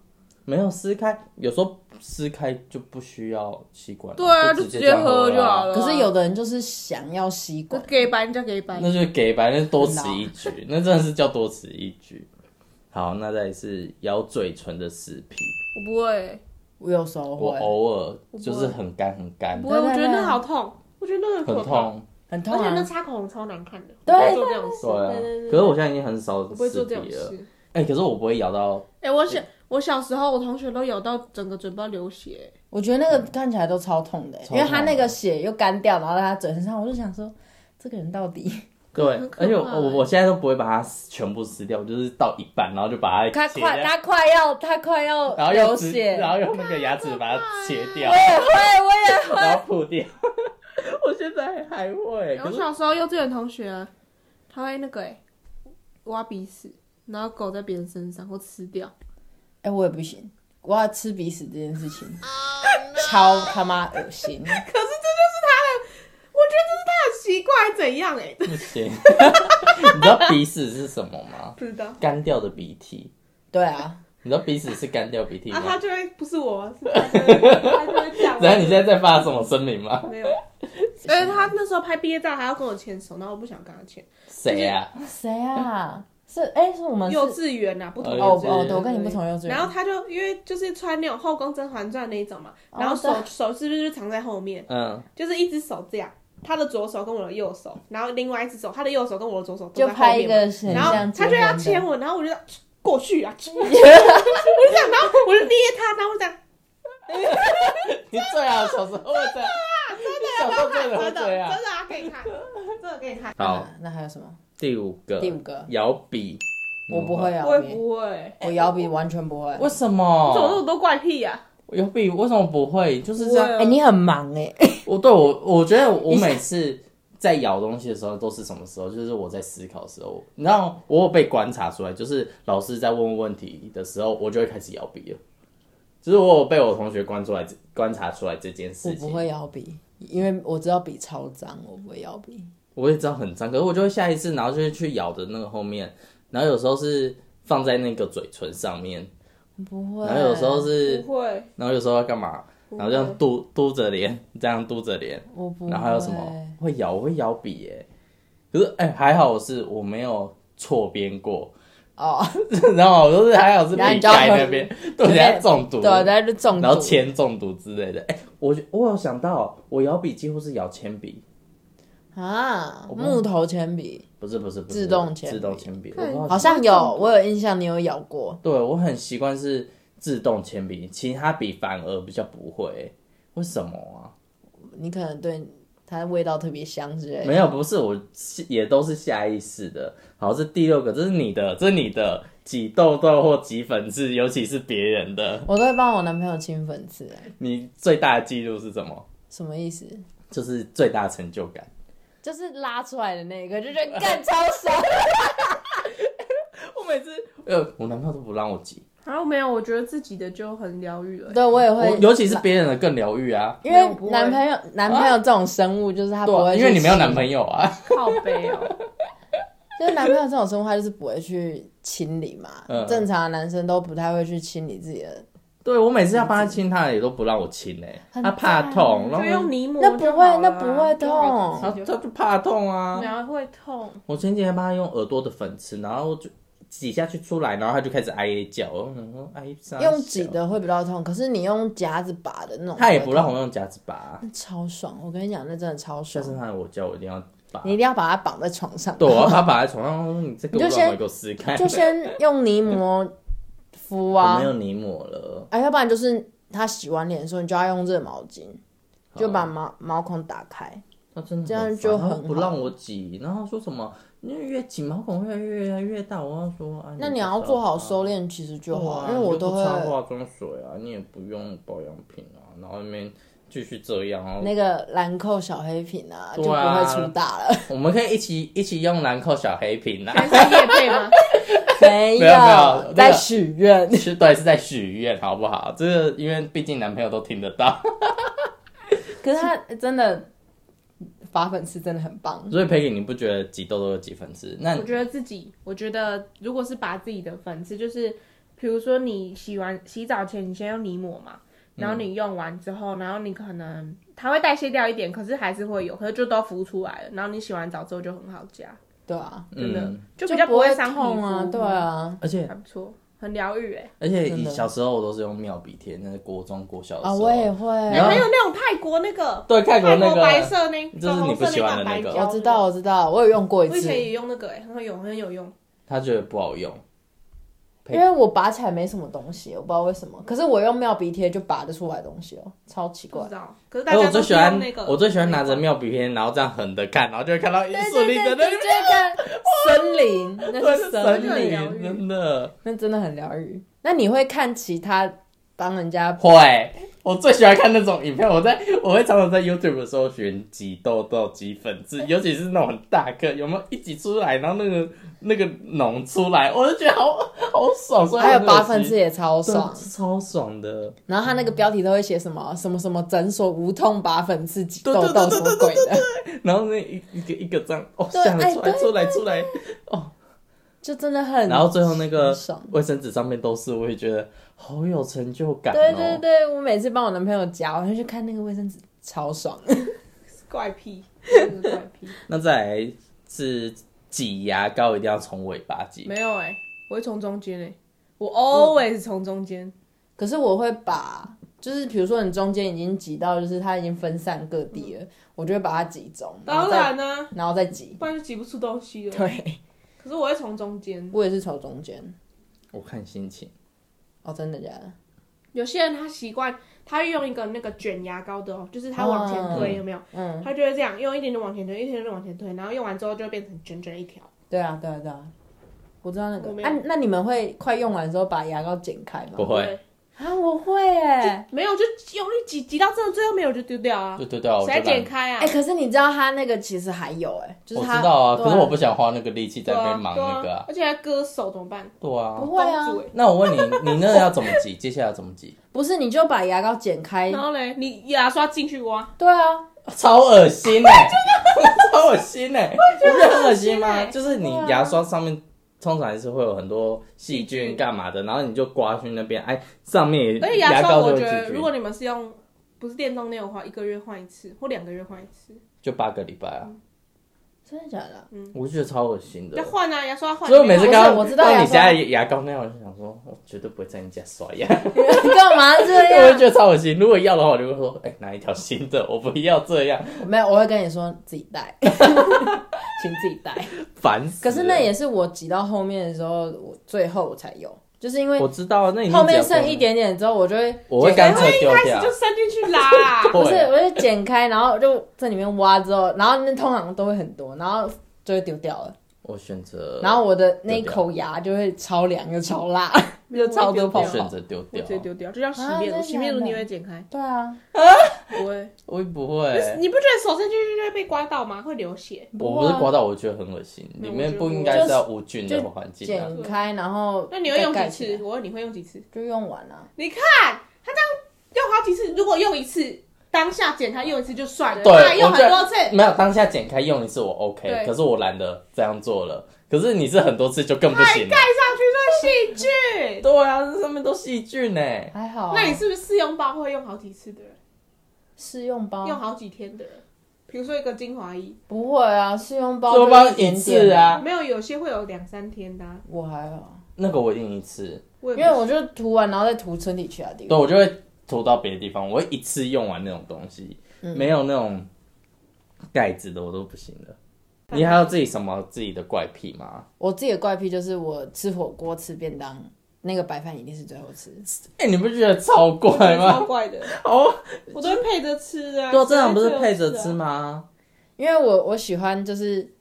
[SPEAKER 1] 没有撕开，有时候撕开就不需要吸管，
[SPEAKER 2] 对啊
[SPEAKER 1] 就
[SPEAKER 2] 就直
[SPEAKER 1] 接
[SPEAKER 2] 接
[SPEAKER 1] 这样
[SPEAKER 2] 喝就好
[SPEAKER 1] 啊
[SPEAKER 2] 了
[SPEAKER 3] 可是有的人就是想要吸
[SPEAKER 2] 就
[SPEAKER 3] 管，
[SPEAKER 2] 给白，人家给白。
[SPEAKER 1] 那就是给白，那是多此一举，那真的是叫多此一举。好，那再来是咬嘴唇的死皮，
[SPEAKER 2] 我不会，
[SPEAKER 3] 我有时候
[SPEAKER 1] 我哦
[SPEAKER 3] 会
[SPEAKER 1] 偶尔
[SPEAKER 2] 不会
[SPEAKER 1] 就是很干很干
[SPEAKER 2] 不，会，我觉
[SPEAKER 3] 对
[SPEAKER 2] 得
[SPEAKER 3] 对
[SPEAKER 2] 那好痛，我觉得那
[SPEAKER 1] 很
[SPEAKER 2] 可怕，
[SPEAKER 1] 痛，
[SPEAKER 3] 很痛
[SPEAKER 2] 而且那
[SPEAKER 3] 啊。
[SPEAKER 2] 擦口红超难看的，
[SPEAKER 3] 对
[SPEAKER 2] 我不会做这种事，
[SPEAKER 1] 对啊
[SPEAKER 2] 对对。对
[SPEAKER 1] 可是我现在已经很少
[SPEAKER 2] 我不会做
[SPEAKER 1] 死皮
[SPEAKER 2] 这种
[SPEAKER 1] 了。
[SPEAKER 2] 事。
[SPEAKER 1] 哎，可是我不会咬到，
[SPEAKER 2] 哎，我小我小时候，我同学都咬到整个嘴巴流血，
[SPEAKER 3] 我觉得那个看起来都超痛的欸，
[SPEAKER 1] 超
[SPEAKER 3] 因为他
[SPEAKER 1] 痛
[SPEAKER 3] 那个血又干掉，然后在他嘴唇上，我就想说，这个人到底
[SPEAKER 1] 对，
[SPEAKER 2] 很可怕
[SPEAKER 1] 而且我
[SPEAKER 2] 欸
[SPEAKER 1] 我我现在都不会把它全部撕掉，我就是到一半，然后就把它
[SPEAKER 3] 他
[SPEAKER 1] 切
[SPEAKER 3] 快
[SPEAKER 1] 掉
[SPEAKER 3] 他快要他快要
[SPEAKER 1] 然后
[SPEAKER 3] 流
[SPEAKER 1] 用指
[SPEAKER 3] 血，
[SPEAKER 1] 然后用那个牙齿把它切掉
[SPEAKER 3] 我，也哎会我也
[SPEAKER 1] 然后吐掉。 我现在还会，
[SPEAKER 2] 我
[SPEAKER 1] 可是
[SPEAKER 2] 小时候幼稚园同学啊，他会那个哎挖鼻屎，然后狗在别人身上或吃掉，
[SPEAKER 3] 哎、我也不行，我要吃鼻屎这件事情
[SPEAKER 1] Oh
[SPEAKER 3] 超他妈恶心。
[SPEAKER 2] 可是这就是他的，我觉得这是他的习惯，怎样哎？
[SPEAKER 1] 不行。 你知道鼻屎是什么吗？
[SPEAKER 2] 不知道。
[SPEAKER 1] 干掉的鼻涕。
[SPEAKER 3] 对啊，
[SPEAKER 1] 你知道鼻屎是干掉鼻涕
[SPEAKER 2] 啊，他
[SPEAKER 1] 吗？
[SPEAKER 2] 就会不是我，是他就会他就会这 样。
[SPEAKER 1] 然后你现在在发什么声明吗？
[SPEAKER 2] 没有。但是他那时候拍毕业照还要跟我牵手，然后我不想跟他牵。
[SPEAKER 1] 谁呀、
[SPEAKER 3] 谁啊？是哎、是我们是
[SPEAKER 2] 幼稚园啊呐、不同
[SPEAKER 3] 哦
[SPEAKER 1] 哦幼稚园
[SPEAKER 3] 哦，对，我跟你不同幼稚园。
[SPEAKER 2] 然后他就因为就是穿那种后宫《甄嬛传》那一种嘛，
[SPEAKER 3] 哦
[SPEAKER 2] 然后手、
[SPEAKER 3] 对
[SPEAKER 2] 手是不是就藏在后面，
[SPEAKER 1] 嗯，
[SPEAKER 2] 就是一只手这样，他的左手跟我的右手，然后另外一只手，他的右手跟我的左手都
[SPEAKER 3] 就
[SPEAKER 2] 在
[SPEAKER 3] 拍
[SPEAKER 2] 后
[SPEAKER 3] 一
[SPEAKER 2] 面
[SPEAKER 3] 个
[SPEAKER 2] 嘛
[SPEAKER 3] 很像
[SPEAKER 2] 然后他就要牵
[SPEAKER 3] 我，
[SPEAKER 2] 我，然后我就这样过去 啊，我就这样，然后我就捏他，然后我就这样，
[SPEAKER 1] 你最好小时候会这样，你小时候真的会
[SPEAKER 2] 真的
[SPEAKER 1] 这
[SPEAKER 2] 真
[SPEAKER 1] 样。
[SPEAKER 2] 的啊，给你看，真的啊给你看，
[SPEAKER 1] 好，
[SPEAKER 3] 啊那还有什么？
[SPEAKER 1] 第五个，
[SPEAKER 3] 第五个，
[SPEAKER 1] 摇笔，
[SPEAKER 3] 我不会
[SPEAKER 2] 我
[SPEAKER 3] 摇
[SPEAKER 2] 也
[SPEAKER 3] 笔，
[SPEAKER 2] 不会，
[SPEAKER 3] 我摇笔完全不会。
[SPEAKER 1] 为什
[SPEAKER 2] 你怎么那
[SPEAKER 1] 么？
[SPEAKER 2] 么多怪啊癖呀、
[SPEAKER 1] 摇笔为什么不会？就是这样
[SPEAKER 2] 不会啊
[SPEAKER 3] 哎、你很忙哎、
[SPEAKER 1] 我对我，我觉得我每次在咬东西的时候都是什么时候？就是我在思考的时候，你知道我有被观察出来，就是老师在问问题的时候，我就会开始咬笔了。就是我有被我同学观出来观察出来这件
[SPEAKER 3] 我
[SPEAKER 1] 事情，
[SPEAKER 3] 不会摇笔，因为我知道笔超脏，我不会摇笔。
[SPEAKER 1] 我也知道很脏，可是我就会下一次，然后就会去咬的那个后面，然后有时候是放在那个嘴唇上面，
[SPEAKER 3] 不会。
[SPEAKER 1] 然后有时候是，
[SPEAKER 2] 不会，
[SPEAKER 1] 然后有时候要干嘛？然后这样嘟嘟着脸，这样嘟着脸，
[SPEAKER 3] 我不会。
[SPEAKER 1] 然后还有什么？会咬，我会咬笔耶、可是哎、还好我是我没有错边过，
[SPEAKER 3] 哦，
[SPEAKER 1] 然后我都是还好是笔
[SPEAKER 3] 然后你就
[SPEAKER 1] 盖
[SPEAKER 3] 要
[SPEAKER 1] 那边，对，人家中毒，
[SPEAKER 3] 对，然后就中毒。
[SPEAKER 1] 然后铅中毒之类的。哎、我觉我有想到，我咬笔几乎是咬铅笔，
[SPEAKER 3] 啊，木头铅笔
[SPEAKER 1] 不是不是不是
[SPEAKER 3] 自动铅笔
[SPEAKER 1] 自动铅笔，我
[SPEAKER 2] 看
[SPEAKER 1] 不知道
[SPEAKER 3] 好
[SPEAKER 1] 是
[SPEAKER 3] 像有，我有印象，你有咬过。
[SPEAKER 1] 对我很习惯是自动铅笔，其他笔反而比较不会、为什么啊？
[SPEAKER 3] 你可能对它的味道特别香之类的。
[SPEAKER 1] 没有，不是，我是也都是下意识的。好，这第六个，这是你的，这是你的挤痘痘或挤粉刺，尤其是别人的。
[SPEAKER 3] 我都会帮我男朋友清粉刺，哎
[SPEAKER 1] 你最大的记录是什么？
[SPEAKER 3] 什么意思？
[SPEAKER 1] 就是最大成就感。
[SPEAKER 3] 就是拉出来的那一个，就是干超 香。
[SPEAKER 1] 我每次，呃，我男朋友都不让我挤，
[SPEAKER 2] 然后没有，我觉得自己的就很疗愈了。
[SPEAKER 3] 对，我也
[SPEAKER 1] 我
[SPEAKER 3] 会，
[SPEAKER 1] 尤其是别人的更疗愈啊。
[SPEAKER 3] 因
[SPEAKER 2] 没有
[SPEAKER 3] 为
[SPEAKER 2] 不会
[SPEAKER 3] 男朋友男朋友这种生物，就是他
[SPEAKER 1] 对
[SPEAKER 3] 不
[SPEAKER 1] 啊，
[SPEAKER 3] 会，
[SPEAKER 1] 因为你没有男朋，友啊。
[SPEAKER 2] 靠背哦、
[SPEAKER 3] 就是男朋友这种生物，他就是不会去清理嘛
[SPEAKER 1] 嗯。
[SPEAKER 3] 正常的男生都不太会去清理自己的，
[SPEAKER 1] 对我每次要帮他亲，他也都不让我亲哎、
[SPEAKER 3] 很
[SPEAKER 1] 他怕
[SPEAKER 3] 赞
[SPEAKER 1] 痛，
[SPEAKER 2] 就
[SPEAKER 1] 然后
[SPEAKER 2] 用泥膜
[SPEAKER 3] 那不
[SPEAKER 2] 就好了
[SPEAKER 3] 会，
[SPEAKER 2] 啊
[SPEAKER 3] 那不会
[SPEAKER 1] 他
[SPEAKER 3] 痛。
[SPEAKER 1] 哦他就怕痛啊。
[SPEAKER 2] 然后会痛，
[SPEAKER 1] 我前几天帮他用耳朵的粉刺，然后就挤下去出来，然后他就开始哀哀叫，我想说哀啥？
[SPEAKER 3] 用挤，的会比较痛，可是你用夹子拔的那种，
[SPEAKER 1] 啊他也不让我用夹子拔，
[SPEAKER 3] 超爽。我跟你讲，那真的超
[SPEAKER 1] 但
[SPEAKER 3] 爽，
[SPEAKER 1] 是他我叫我一定要拔，
[SPEAKER 3] 你一定要把它绑在床上，
[SPEAKER 1] 对，我要把他绑在床上，我说你这个
[SPEAKER 3] 你就
[SPEAKER 1] 我让我
[SPEAKER 3] 先
[SPEAKER 1] 给我撕 开，
[SPEAKER 3] 就先用泥膜敷
[SPEAKER 1] 我
[SPEAKER 3] 啊
[SPEAKER 1] 哦没，有泥抹了，
[SPEAKER 3] 啊，要不然就是他洗完脸的时候，你就要用热毛巾，就把毛毛孔打开。
[SPEAKER 1] 他真的
[SPEAKER 3] 这样
[SPEAKER 1] 很烦
[SPEAKER 3] 就
[SPEAKER 1] 他
[SPEAKER 3] 很
[SPEAKER 1] 不
[SPEAKER 3] 好
[SPEAKER 1] 让我挤，然后说什么你越挤毛孔越越来越大，我要说，啊
[SPEAKER 3] 那你要做好
[SPEAKER 1] 收。
[SPEAKER 3] 收敛，其实就
[SPEAKER 1] 对
[SPEAKER 3] 好，
[SPEAKER 1] 啊
[SPEAKER 3] 因为我都
[SPEAKER 1] 你又不擦
[SPEAKER 3] 会
[SPEAKER 1] 化妆水啊，你也不用保养品啊，然后那边继续这样啊。
[SPEAKER 3] 那个兰蔻小黑瓶啊，就
[SPEAKER 1] 对
[SPEAKER 3] 不
[SPEAKER 1] 啊
[SPEAKER 3] 会出大了。
[SPEAKER 1] 我们可以一起一起用兰蔻小黑瓶啊
[SPEAKER 2] 还，是夜配吗？
[SPEAKER 3] 没
[SPEAKER 1] 没有没有
[SPEAKER 3] 在
[SPEAKER 1] 那个
[SPEAKER 3] 许 愿。
[SPEAKER 1] 是对，是在许愿好不好？这个因为毕竟男朋友都听得到，
[SPEAKER 3] 可是他真的发粉刺真的很棒，
[SPEAKER 1] 所以培给你不觉得挤痘痘有几分是？那
[SPEAKER 2] 我觉得自己，我觉得如果是把自己的粉刺，就是比如说你洗完洗澡前，你先用泥抹嘛，然
[SPEAKER 1] 嗯
[SPEAKER 2] 后你用完之后，然后你可能它会代谢掉一点，可是还是会有，可是就都浮出来了。然后你洗完澡之后就很好加，
[SPEAKER 3] 对啊，
[SPEAKER 2] 真的、
[SPEAKER 1] 嗯，
[SPEAKER 2] 就比较不
[SPEAKER 3] 会
[SPEAKER 2] 伤皮
[SPEAKER 3] 痛啊，
[SPEAKER 2] 肤
[SPEAKER 3] 对，啊。
[SPEAKER 1] 而且
[SPEAKER 2] 还不错，很疗愈哎。
[SPEAKER 1] 而且以
[SPEAKER 3] 真的
[SPEAKER 1] 小时候我都是用妙笔贴，那是国中国小的时
[SPEAKER 3] 啊，
[SPEAKER 2] 哦
[SPEAKER 1] 候，
[SPEAKER 3] 我也会，
[SPEAKER 1] 嗯然后
[SPEAKER 2] 还有那种泰国那个，
[SPEAKER 1] 对泰国那个
[SPEAKER 2] 白色那，
[SPEAKER 1] 就是你不喜欢的那个
[SPEAKER 2] 粉红色
[SPEAKER 1] 我
[SPEAKER 2] 板
[SPEAKER 3] 我知道，我知道，我有用过一
[SPEAKER 2] 我以
[SPEAKER 3] 次，
[SPEAKER 2] 前也用那个哎、很好用，很有用。
[SPEAKER 1] 他觉得不好用，
[SPEAKER 3] 因为我拔起来没什么东西，我不知道为什么，可是我用妙鼻贴就拔得出来东西哦，超奇
[SPEAKER 2] 不
[SPEAKER 3] 怪
[SPEAKER 2] 知。道，可是大
[SPEAKER 1] 而哎我
[SPEAKER 2] 家都
[SPEAKER 1] 最
[SPEAKER 2] 是
[SPEAKER 1] 喜欢
[SPEAKER 2] 用那个，
[SPEAKER 1] 我最喜欢拿着妙笔贴，然后这样横的看，然后就会看到一
[SPEAKER 3] 对
[SPEAKER 1] 竖立在
[SPEAKER 3] 对对
[SPEAKER 1] 那
[SPEAKER 3] 对
[SPEAKER 1] 里，
[SPEAKER 3] 对，森林，那是森
[SPEAKER 2] 森
[SPEAKER 3] 林
[SPEAKER 2] 林，疗愈
[SPEAKER 1] 真的。
[SPEAKER 3] 那真的很疗愈。那你会看其他帮人家
[SPEAKER 1] 会，我最喜欢看那种影片。我在我会常常在 YouTube 搜寻挤痘痘、挤粉刺，尤其是那种很大颗，有没有一挤出来，然后那个那个脓出来，我就觉得好好爽。所以
[SPEAKER 3] 还有拔
[SPEAKER 1] 八
[SPEAKER 3] 粉刺也超
[SPEAKER 1] 爽，
[SPEAKER 3] 爽，
[SPEAKER 1] 啊超爽的。
[SPEAKER 3] 然后他那个标题都会写什么什么什么诊所无痛拔粉刺挤
[SPEAKER 1] 对
[SPEAKER 3] 痘
[SPEAKER 1] 对
[SPEAKER 3] 痘
[SPEAKER 1] 对
[SPEAKER 3] 什么
[SPEAKER 1] 对
[SPEAKER 3] 鬼的，
[SPEAKER 1] 然后那一一个一个这样，哦，
[SPEAKER 3] 对
[SPEAKER 1] 吓得
[SPEAKER 3] 哎
[SPEAKER 1] 出来
[SPEAKER 3] 对
[SPEAKER 1] 出来出来，
[SPEAKER 3] 就真的很。
[SPEAKER 1] 然后最后那个
[SPEAKER 3] 很爽
[SPEAKER 1] 卫生纸上面都是，我也觉得好有成就感哦。
[SPEAKER 3] 对对对，我每次帮我男朋友夹，我就去看那个卫生纸，超爽。
[SPEAKER 2] 怪 癖，真的是怪癖。
[SPEAKER 1] 那再来是挤牙膏，一定要从尾巴挤。
[SPEAKER 2] 没有哎、我会从中间哎、我 always 从中间，
[SPEAKER 3] 可是我会把，就是比如说你中间已经挤到，就是它已经分散各地了，我就会把它挤中，
[SPEAKER 2] 当
[SPEAKER 3] 再
[SPEAKER 2] 然呢、
[SPEAKER 3] 然后再挤。
[SPEAKER 2] 不然就挤不出东西了。
[SPEAKER 3] 对，
[SPEAKER 2] 可是我会从中间，
[SPEAKER 3] 我也是从中间。
[SPEAKER 1] 我看心情。
[SPEAKER 3] 哦，真的假的？
[SPEAKER 2] 有些人他习惯，他会用一个那个卷牙膏的哦，就是他往前推，
[SPEAKER 1] 嗯
[SPEAKER 2] 有没有？
[SPEAKER 3] 嗯，
[SPEAKER 2] 他就会这样用一点点往前推，一点点往前推，然后用完之后就会变成整整一条。
[SPEAKER 3] 对啊，对啊，对啊。我知道那个
[SPEAKER 2] 我没，有
[SPEAKER 3] 啊，那你们会快用完的时候把牙膏剪开吗
[SPEAKER 1] 不？会，
[SPEAKER 3] 啊，我会耶。
[SPEAKER 2] 没有就用力挤挤到真的最后没有就丢掉啊
[SPEAKER 1] 对，对对啊，我就
[SPEAKER 2] 谁
[SPEAKER 1] 懒
[SPEAKER 2] 剪开 啊？
[SPEAKER 3] 哎、可是你知道它那个其实还有哎，就
[SPEAKER 1] 我
[SPEAKER 3] 是
[SPEAKER 1] 知
[SPEAKER 3] 它。
[SPEAKER 1] 道啊，
[SPEAKER 3] 对
[SPEAKER 1] 可是我不想花那个力气在
[SPEAKER 2] 对
[SPEAKER 1] 那
[SPEAKER 2] 啊
[SPEAKER 1] 边忙
[SPEAKER 2] 对
[SPEAKER 1] 那个
[SPEAKER 2] 啊
[SPEAKER 1] 啊，。
[SPEAKER 2] 而且还割手怎么办？
[SPEAKER 1] 对啊
[SPEAKER 3] 不。会啊
[SPEAKER 2] 绷住，欸
[SPEAKER 1] 那我问你， 你那个要怎么挤？接下来要怎么挤？
[SPEAKER 3] 不是，你就把牙膏剪开。
[SPEAKER 2] 然后嘞，你牙刷进去挖，
[SPEAKER 3] 对啊，
[SPEAKER 1] 超恶心哎、 超恶心哎、你不觉得很恶心啊
[SPEAKER 2] 很恶
[SPEAKER 1] 吗？
[SPEAKER 2] 心欸
[SPEAKER 1] 就是你牙刷上面通常还是会有很多细菌干嘛的，然后你就刮去那边，哎，上面也
[SPEAKER 2] 而且
[SPEAKER 1] 牙
[SPEAKER 2] 牙刷，
[SPEAKER 1] 膏
[SPEAKER 2] 我
[SPEAKER 1] 就会
[SPEAKER 2] 觉得
[SPEAKER 1] 进
[SPEAKER 2] 如果
[SPEAKER 1] 去，
[SPEAKER 2] 你们是用不是电动那种的话，一个月换一次或两个月换一次，
[SPEAKER 1] 就八个礼拜啊，
[SPEAKER 3] 真的假的？
[SPEAKER 1] 我就觉得超恶心的
[SPEAKER 2] 要。换啊，牙刷换。
[SPEAKER 1] 所以我每次
[SPEAKER 3] 不
[SPEAKER 1] 看
[SPEAKER 3] 是
[SPEAKER 1] 到
[SPEAKER 3] 我知道
[SPEAKER 1] 到你
[SPEAKER 3] 牙刷
[SPEAKER 1] 家的牙膏那样，我就想说，我绝对不会在你家刷牙。
[SPEAKER 3] 你干嘛这
[SPEAKER 1] 我就
[SPEAKER 3] 样？
[SPEAKER 1] 觉得超恶心。如果要的话，我就会说，哎、拿一条新的，我不要这样，
[SPEAKER 3] 没有，我会跟你说自己带， 请自己带。
[SPEAKER 1] 烦死
[SPEAKER 3] 可
[SPEAKER 1] 了。
[SPEAKER 3] 是那也是我挤到后面的时候，我最后我才用，就是因为
[SPEAKER 1] 我知道啊，那你
[SPEAKER 3] 后面剩一，点点之后，我就会
[SPEAKER 1] 我会干脆丢
[SPEAKER 2] 开
[SPEAKER 1] 掉
[SPEAKER 2] 始就。伸进去 啦。
[SPEAKER 1] 对
[SPEAKER 3] 不是，我就剪开，然后就在里面挖之后，然后那通常都会很多，然后就会丢掉了。
[SPEAKER 1] 我选择，
[SPEAKER 3] 然后我的那一
[SPEAKER 1] 丢掉
[SPEAKER 3] 口牙就会超凉又超辣，
[SPEAKER 2] 就超多泡
[SPEAKER 1] 我
[SPEAKER 2] 泡
[SPEAKER 1] 选择丢
[SPEAKER 2] 我
[SPEAKER 1] 掉
[SPEAKER 2] 直。接丢掉，就像洗
[SPEAKER 3] 啊真
[SPEAKER 2] 面
[SPEAKER 3] 的
[SPEAKER 2] 乳，洗面乳
[SPEAKER 3] 假的
[SPEAKER 2] 你也会剪开，
[SPEAKER 3] 对啊，
[SPEAKER 2] 不会。
[SPEAKER 1] 我也不会，
[SPEAKER 2] 你不觉得手伸进去就会被刮到吗？会流血。
[SPEAKER 1] 我
[SPEAKER 3] 啊
[SPEAKER 1] 不是刮到，我觉得很恶心，
[SPEAKER 2] 没有
[SPEAKER 1] 里面不应
[SPEAKER 3] 我觉
[SPEAKER 1] 该
[SPEAKER 3] 得
[SPEAKER 1] 是要无菌的环境啊。
[SPEAKER 3] 剪开然后
[SPEAKER 2] 那你会用
[SPEAKER 3] 再
[SPEAKER 2] 几
[SPEAKER 3] 盖起来
[SPEAKER 2] 次？我问你会用几次？
[SPEAKER 3] 就用完啊了。
[SPEAKER 2] 你看他这样用好几次，如果用一次，当下剪开用一次就算了，
[SPEAKER 1] 对
[SPEAKER 2] 他还用
[SPEAKER 1] 我
[SPEAKER 2] 很
[SPEAKER 1] 觉得嗯
[SPEAKER 2] 多次。
[SPEAKER 1] 没有当下剪开用一次我 OK，
[SPEAKER 2] 对
[SPEAKER 1] 可是我懒得这样做了。可是你是很多次就更不
[SPEAKER 2] 还
[SPEAKER 1] 行
[SPEAKER 2] 盖
[SPEAKER 1] 了。
[SPEAKER 2] 上去做细菌，
[SPEAKER 1] 对啊，这上面都细菌欸呢、
[SPEAKER 3] 还好啊，
[SPEAKER 2] 那你是不是试用包会用好几次的人？
[SPEAKER 3] 试用包
[SPEAKER 2] 用好几天的人？比如说一个精华衣，
[SPEAKER 3] 不会啊，试用包
[SPEAKER 1] 试用包
[SPEAKER 3] 就一点
[SPEAKER 1] 一次啊
[SPEAKER 3] 点，
[SPEAKER 2] 没有有些会有两三天的啊、
[SPEAKER 3] 我还好，
[SPEAKER 1] 那个我一定一次，
[SPEAKER 2] 我也
[SPEAKER 3] 因
[SPEAKER 2] 不
[SPEAKER 3] 为我就涂完然后再涂身体其他地
[SPEAKER 1] 对
[SPEAKER 3] 方。
[SPEAKER 1] 我就会涂到别的地方，我会一次用完那种东西，没有那种盖子的我都不行的。你还有自己什么自己的怪癖吗？
[SPEAKER 3] 我自己的怪癖就是我吃火锅吃便当，那个白饭一定是最后吃。
[SPEAKER 1] 哎、你不觉得超
[SPEAKER 2] 我觉
[SPEAKER 1] 怪
[SPEAKER 2] 得超
[SPEAKER 1] 吗？
[SPEAKER 2] 怪的，
[SPEAKER 1] 哦，
[SPEAKER 2] 我都会配着吃啊。
[SPEAKER 1] 对啊，这样不是配着
[SPEAKER 2] 谁会
[SPEAKER 1] 吃
[SPEAKER 2] 啊？
[SPEAKER 1] 吗？
[SPEAKER 3] 因为我我喜欢就是